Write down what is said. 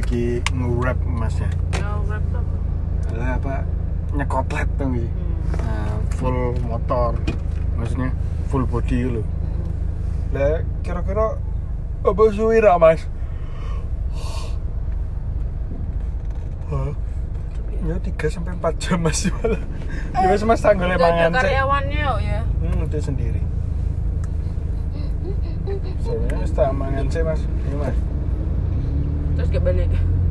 lagi ya? nge-wrap emasnya Nah, wrap tuh apa? adalah apa nyekotlet tuh sih Hmm. nah, full motor maksudnya full body loh lah kira-kira apa suwira mas Hah? Hmm. ya 3 sampai 4 jam mas malah ya wis mas tanggul Udah ada mangan sih karyawannya yuk, ya. hmm itu sendiri sebenarnya wis tak mangan sih mas ini mas Terus gak balik.